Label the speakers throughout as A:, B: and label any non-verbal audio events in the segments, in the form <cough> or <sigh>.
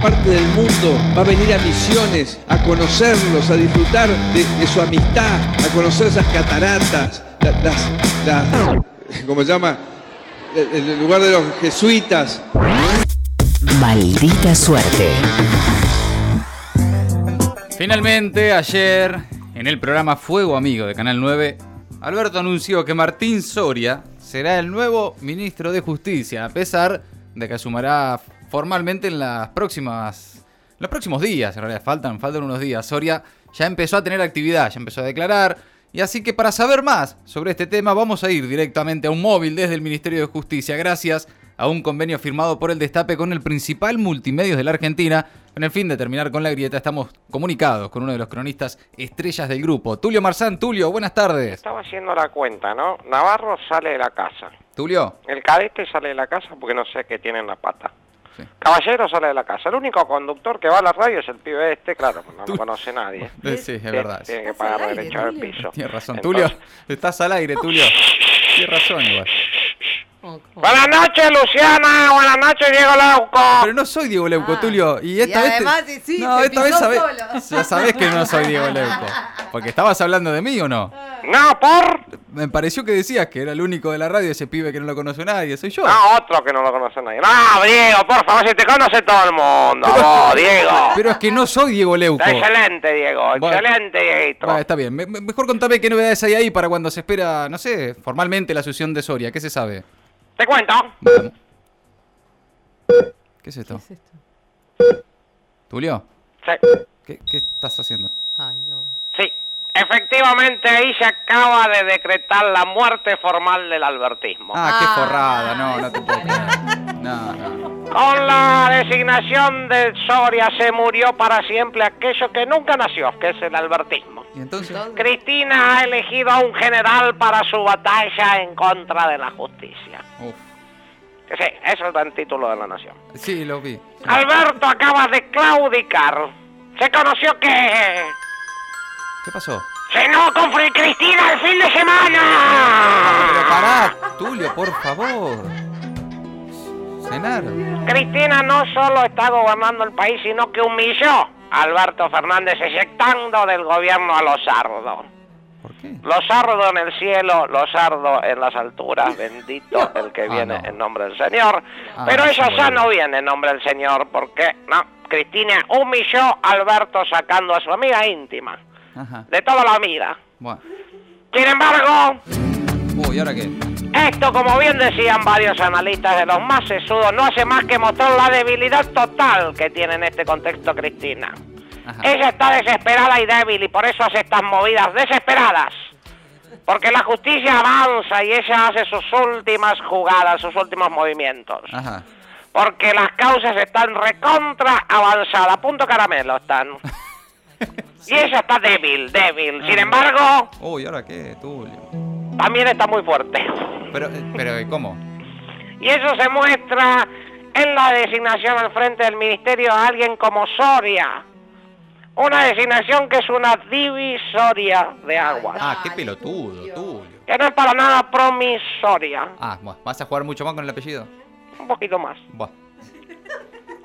A: parte del mundo, va a venir a misiones, a conocerlos, a disfrutar de, de su amistad, a conocer esas cataratas, la- las, las- ¿cómo se llama? El, el lugar de los jesuitas.
B: Maldita suerte.
C: Finalmente, ayer, en el programa Fuego Amigo de Canal 9, Alberto anunció que Martín Soria será el nuevo ministro de Justicia, a pesar de que asumirá formalmente en las próximas. Los próximos días, en realidad, faltan, faltan unos días. Soria ya empezó a tener actividad, ya empezó a declarar. Y así que para saber más sobre este tema, vamos a ir directamente a un móvil desde el Ministerio de Justicia, gracias a un convenio firmado por el Destape con el principal multimedios de la Argentina. Con el fin de terminar con la grieta, estamos comunicados con uno de los cronistas estrellas del grupo, Tulio Marzán. Tulio, buenas tardes.
D: Estaba haciendo la cuenta, ¿no? Navarro sale de la casa.
C: Tulio,
D: El cadete sale de la casa porque no sé qué tiene en la pata.
C: Sí.
D: Caballero sale de la casa. El único conductor que va a la radio es el pibe este, claro, no
C: Tú-
D: lo conoce nadie.
C: Eh, sí, <laughs> es
D: Tiene-
C: verdad.
D: Tiene que
E: Estás al
D: pagar
E: aire,
D: derecho al
E: Tulio.
D: piso.
C: Tienes razón,
D: Entonces-
C: Tulio. Estás al aire, Tulio. Tienes razón, igual.
D: Buenas noches, Luciana. Buenas noches, Diego
C: Pero
D: Lauco.
C: no soy Diego Leuco,
E: Ah.
C: Tulio. Y esta
E: Y
C: vez.
E: además, sí,
C: no,
E: te
C: esta
E: picó
C: vez sabés.
E: solo.
C: Ya sabés que no soy
E: <laughs>
C: Diego Leuco. Porque estabas hablando de mí o no.
D: No, por.
C: Me pareció que decías que era el único de la radio, ese pibe que no lo conoce nadie. Soy yo.
D: No, otro que no lo conoce nadie. No, Diego, por favor, si te conoce todo el mundo. Vos, Diego.
C: Pero es que no soy Diego Leuco.
D: Está excelente, Diego.
C: Bueno.
D: Excelente, Dieguito.
C: Bueno, está bien. Me- me- mejor contame qué novedades hay ahí para cuando se espera, no sé, formalmente la asunción de Soria. ¿Qué se sabe?
D: Te cuento.
C: Vamos. ¿Qué es esto? Tulio,
D: Sí.
C: ¿qué, qué estás haciendo?
D: Sí, efectivamente ahí se acaba de decretar la muerte formal del albertismo.
C: Ah,
E: Ah.
C: qué forrada. No, no te puedo creer. No, no.
D: Con la designación de Soria se murió para siempre aquello que nunca nació, que es el albertismo.
C: ¿Y entonces?
D: Cristina ha elegido a un general para su batalla en contra de la justicia.
C: Uf.
D: Que Sí, eso está en título de la nación.
C: Sí, lo vi.
D: Alberto acaba de claudicar. Se conoció que
C: ¿Qué pasó?
D: cenó con Fri- Cristina el fin de semana.
C: Pero pará, Tulio, por favor. Cenar.
D: Cristina no solo está gobernando el país, sino que humilló a Alberto Fernández eyectando del gobierno a Lozardo.
C: ¿Por qué?
D: Lozardo en el cielo, Lozardo en las
C: <laughs>
D: alturas, bendito el que
C: Ah,
D: viene
C: no.
D: en nombre del Señor.
C: Ah,
D: Pero
C: sí,
D: ella ya
C: bueno.
D: no viene en nombre del Señor, porque no, Cristina humilló a Alberto sacando a su amiga íntima,
C: Ajá.
D: de toda la vida.
C: Bueno.
D: Sin embargo,
C: Uy, ¿ahora qué?
D: Esto, como bien decían varios analistas de los más sesudos, no hace más que mostrar la debilidad total que tiene en este contexto Cristina.
C: Ajá.
D: Ella está desesperada y débil y por eso hace estas movidas desesperadas. Porque la justicia avanza y ella hace sus últimas jugadas, sus últimos movimientos.
C: Ajá.
D: Porque las causas están recontra avanzadas, punto caramelo están. Y ella está débil, débil. Sin embargo,
C: Uy, ¿ahora qué, Tulio?
D: también está muy fuerte.
C: Pero, eh, pero ¿y ¿cómo?
D: Y eso se muestra en la designación al frente del ministerio a alguien como Soria. Una designación que es una divisoria de agua.
C: Ah, qué pelotudo, Tulio.
D: Que no es para nada promisoria.
C: Ah, bueno, ¿vas a jugar mucho más con el apellido?
D: Un poquito más.
C: Bueno.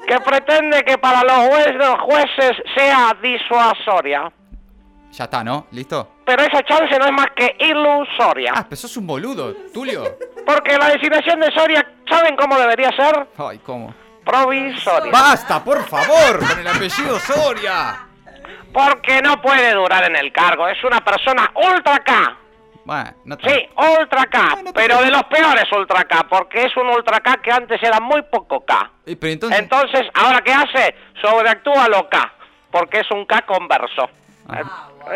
D: Que pretende que para los jueces, los jueces sea disuasoria.
C: Ya está, ¿no? ¿Listo?
D: Pero esa chance no es más que
C: Ah,
D: ilusoria.
C: pero sos un boludo, Tulio.
D: Porque la designación de Soria, ¿saben cómo debería ser?
C: Ay, ¿cómo?
D: Provisoria.
C: ¡Basta, por favor! ¡Con el apellido Soria!
D: Porque no puede durar en el cargo. Es una persona ultra K.
C: Bueno, no está.
D: Sí, Ultra K,
C: Bueno, te-
D: pero de los peores Ultra K, porque es un Ultra K que antes era muy poco K.
C: Eh, Pero entonces.
D: Entonces, ¿ahora qué hace? Sobreactúa lo K, porque es un K converso.
C: Ah.
D: Eh,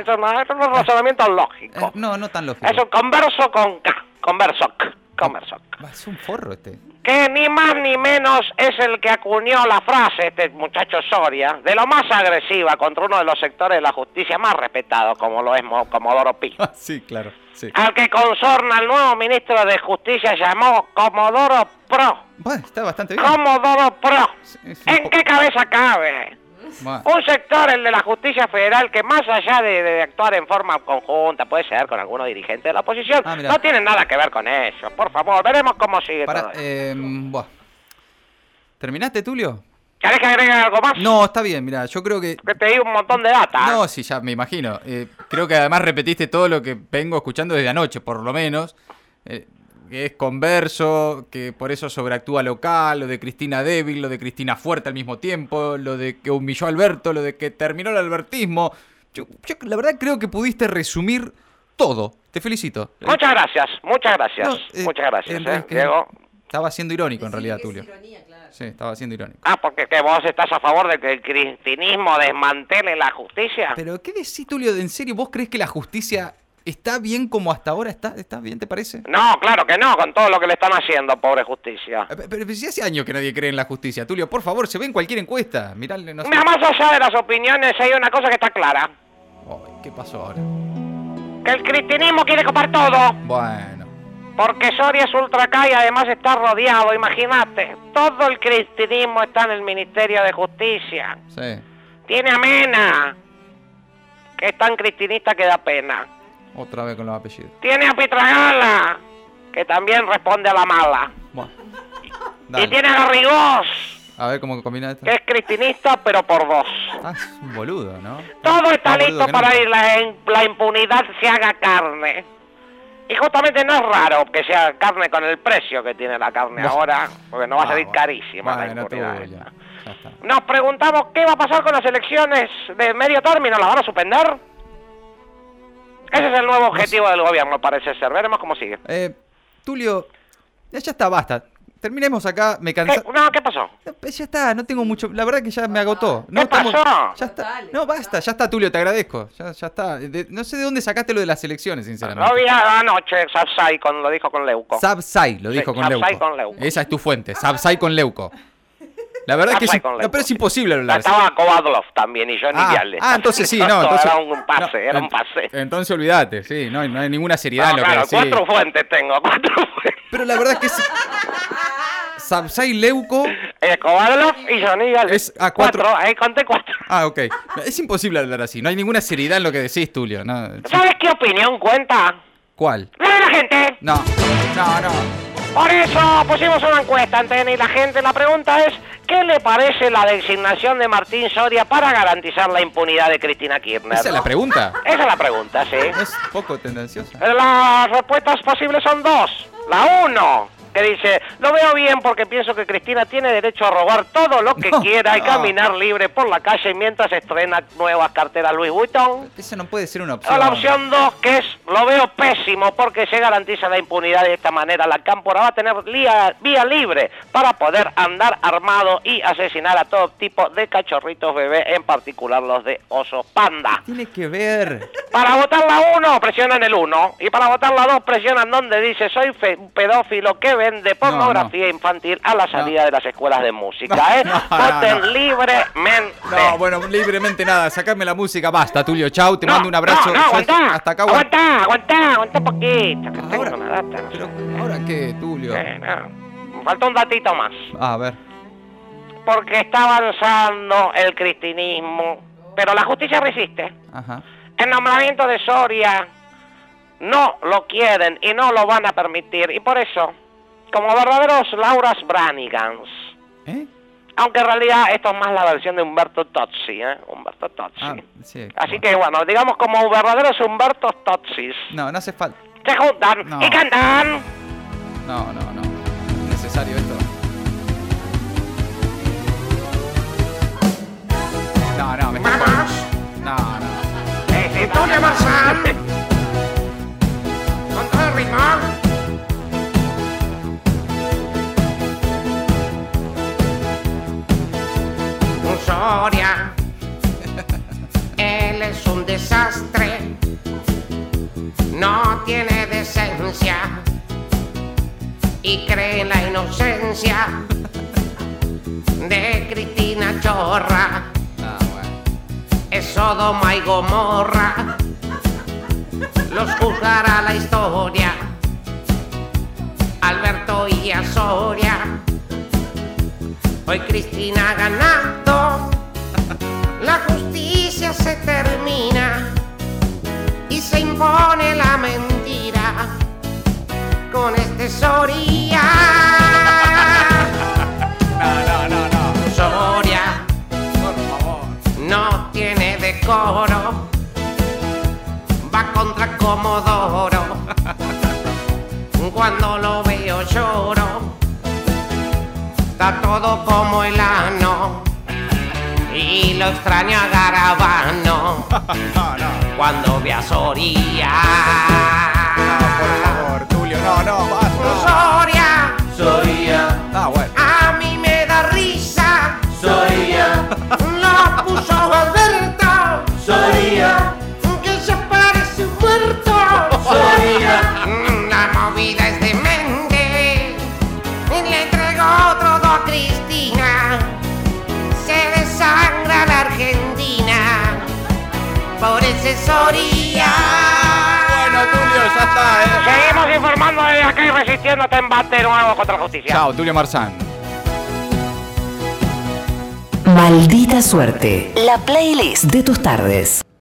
D: Eso no es un razonamiento
C: Eh,
D: lógico.
C: no, no tan lógico.
D: Es un converso con K, converso K, converso K.
C: Va, Es un forro este. <laughs>
D: Que ni más ni menos es el que acuñó la frase, este muchacho Soria, de lo más agresiva contra uno de los sectores de la justicia más respetado, como lo es Mo- Comodoro Pi.
C: Ah, sí, claro. Sí.
D: al que consorna el nuevo ministro de Justicia llamó Comodoro Pro.
C: Bueno, está bastante bien.
D: Comodoro Pro.
C: Sí, sí,
D: ¿En
C: po- Ah.
D: qué cabeza cabe?
C: Bueno,
D: Un sector, el de la justicia federal, que más allá de, de actuar en forma conjunta, puede ser con alguno dirigente de la oposición,
C: Ah, mirá.
D: no tiene nada que ver con eso. Por favor, veremos cómo sigue
C: para.
D: todo. esto.
C: Eh, buah. em, ¿Terminaste, Tulio?
D: ¿Querés que agregue algo más?
C: No, está bien, mira, yo creo que...
D: Que te di un montón de data. ¿eh?
C: No, sí, ya me imagino. Eh, creo que además repetiste todo lo que vengo escuchando desde anoche, por lo menos. Eh, que es converso, que por eso sobreactúa local, lo de Cristina débil, lo de Cristina fuerte al mismo tiempo, lo de que humilló a Alberto, lo de que terminó el albertismo. Yo, yo la verdad creo que pudiste resumir todo. Te felicito.
D: Muchas gracias, muchas gracias,
C: No, eh,
D: muchas gracias,
C: en
D: eh,
C: realidad es que-
D: Diego.
C: Estaba siendo irónico en
B: Decirle
C: realidad,
B: que es
C: Tulio.
B: ironía, claro.
C: Sí, estaba siendo irónico.
D: Ah, porque que vos estás a favor de que el cristinismo desmantele la justicia.
C: Pero ¿qué decís, Tulio? ¿En serio vos crees que la justicia está bien como hasta ahora? ¿Está, está bien, te parece?
D: No, claro que no, con todo lo que le están haciendo, pobre justicia.
C: Eh, Pero, pero si hace años que nadie cree en la justicia, Tulio, por favor, se ve en cualquier encuesta. Mirale, no sé.
D: Mira, más allá de las opiniones, hay una cosa que está clara.
C: Ay, ¿Qué pasó ahora?
D: Que el cristinismo quiere copar todo.
C: Bueno.
D: Porque Soria es ultracá y además está rodeado, imagínate. Todo el cristinismo está en el Ministerio de Justicia.
C: Sí.
D: Tiene a Mena, que es tan cristinista que da pena.
C: Otra vez con los apellidos.
D: Tiene a Pitragala, que también responde a la mala.
C: Bueno.
D: Y
C: Dale.
D: tiene a Garrigós,
C: A ver cómo combina esto.
D: que es cristinista pero por dos.
C: Ah, es un boludo, ¿no?
D: Todo está
C: Más boludo
D: listo
C: que
D: para
C: nunca.
D: que la, in- la impunidad se haga carne. Y justamente no es raro que sea carne con el precio que tiene la carne
C: Bueno.
D: ahora, porque no va a
C: Ah,
D: salir
C: bueno.
D: carísima la
C: Bueno,
D: impunidad.
C: Tulio,
D: esta.
C: ya está.
D: Nos preguntamos qué va a pasar con las elecciones de medio término, ¿las van a suspender? Ese es el nuevo objetivo del gobierno, parece ser. Veremos cómo sigue.
C: Eh, Tulio, ya, ya está, basta. Terminemos acá, me
D: ¿Qué?
C: cansa.
D: Eh, No, ¿qué pasó?
C: No, Ya está, no tengo mucho. La verdad que ya me agotó. No
D: ¿Qué pasó?
C: Ya está.
B: Dale,
C: No, basta, ya está, Tulio, te agradezco. Ya, ya está. De- no sé de dónde sacaste lo de las elecciones,
D: Lo
C: sinceramente.
D: vi anoche, Sapsai, con, lo dijo con Leuco.
C: Sabsai, lo dijo
D: Sí,
C: con,
D: Sabsai
C: Leuco.
D: con Leuco.
C: Esa es tu fuente, Sabsai con Leuco. La verdad es que es,
D: Sabsai con
C: no,
D: Leuco,
C: pero es
D: sí.
C: imposible hablar. así.
D: Estaba Kovadlov también y yo ni
C: Ah,
D: Viale.
C: ah, entonces sí, no, entonces.
D: <laughs> Era un pase,
C: no,
D: era un
C: ent-
D: pase.
C: Entonces olvídate, sí, no, hay- no hay ninguna seriedad
D: Ah,
C: en lo
D: claro,
C: que decís.
D: cuatro fuentes tengo, <laughs> cuatro fuentes.
C: Pero la verdad es que sí. Sabsai Leuco.
D: Eh, Kovadlov y Johnny Gale.
C: Es- ah, cuatro.
D: ahí conté cuatro.
C: Ah, ok. Es imposible hablar así. No hay ninguna seriedad en lo que decís, Tulio. No.
D: ¿Sabes qué opinión cuenta?
C: ¿Cuál?
D: La de la gente.
C: No. No, no.
D: Por eso pusimos una encuesta, Antena, y la gente, la pregunta es, ¿qué le parece la designación de Martín Soria para garantizar la impunidad de Cristina Kirchner?
C: Esa es la pregunta.
D: Esa es la pregunta, sí.
C: Es poco tendenciosa.
D: Pero Las respuestas posibles son dos. La uno, que dice, lo veo bien porque pienso que Cristina tiene derecho a robar todo lo que
C: No,
D: quiera y
C: no.
D: caminar libre por la calle mientras estrena nuevas carteras Louis Vuitton.
C: Esa no puede ser una
D: O
C: opción.
D: la opción dos, que es, lo veo pésimo porque se garantiza la impunidad de esta manera. La cámpora va a tener lía- vía libre para poder andar armado y asesinar a todo tipo de cachorritos bebé, en particular los de osos panda.
C: Tiene que ver.
D: Para votar la 1, presionan el 1. Y para votar la 2, presionan donde dice soy fe- un pedófilo que vende pornografía infantil a la salida de las escuelas de música.
C: No,
D: ¿eh?
C: no, no,
D: Voten
C: no.
D: libremente.
C: No, bueno, libremente nada. Sacame la música. Basta, Tulio. Chau. Te
D: No,
C: mando un abrazo.
D: No, no, aguantá.
C: Hasta acá. aguanta.
D: aguantá, aguantá, aguantá un poquito. Que tengo
C: Ahora,
D: una data. no sé.
C: pero, ¿Ahora qué, Tulio?
D: Eh, no. Me Falta un datito más.
C: Ah, a ver.
D: Porque está avanzando el cristinismo. Pero la justicia resiste.
C: Ajá.
D: El nombramiento de Soria no lo quieren y no lo van a permitir. Y por eso, como verdaderos Lauras Branigans,
C: ¿Eh?
D: aunque en realidad esto es más la versión de Humberto Tozzi, ¿eh? Humberto Tozzi.
C: Ah, sí.
D: Así que bueno, digamos como verdaderos Humberto Tozzis.
C: No, no hace falta.
D: Se juntan
C: No.
D: y cantan.
C: No, no, no. Necesario esto. No, no, me está...
D: Vamos.
C: No, no.
D: Necesito de Marzán. Con todo el ritmo. Un Soria. Él es un desastre. No tiene decencia. Y cree en la inocencia de Cristina Chorra
C: Ah, bueno.
D: es Sodoma y Gomorra. Los juzgará la historia. Alberto y Azoria. Hoy Cristina ha ganado. La justicia se termina y se impone la mentira con este Soria.
C: No, no, no, no.
D: Soria.
B: coro va contra Comodoro. Cuando lo veo lloro, está todo como el ano y lo extraña
C: <laughs>
B: Garabano. Cuando ve a Soria.
E: Tulio, no, no, basta.
B: Soria,
F: Soria,
E: Ah, bueno.
B: a mí me da risa.
F: Soria,
B: Lo puso Alberto.
F: Soria,
B: que se parece un muerto. Mm,
F: Soria,
B: La movida es demente. Le entrego otro do a Cristina. Se desangra la Argentina. Por ese Soria.
E: Bueno, Tulio, ya está, eh.
D: Seguimos informando desde acá y resistiendo este embate nuevo contra la justicia.
C: Chao, Tulio Marzán.
G: Maldita suerte.
H: La playlist
G: De tus tardes.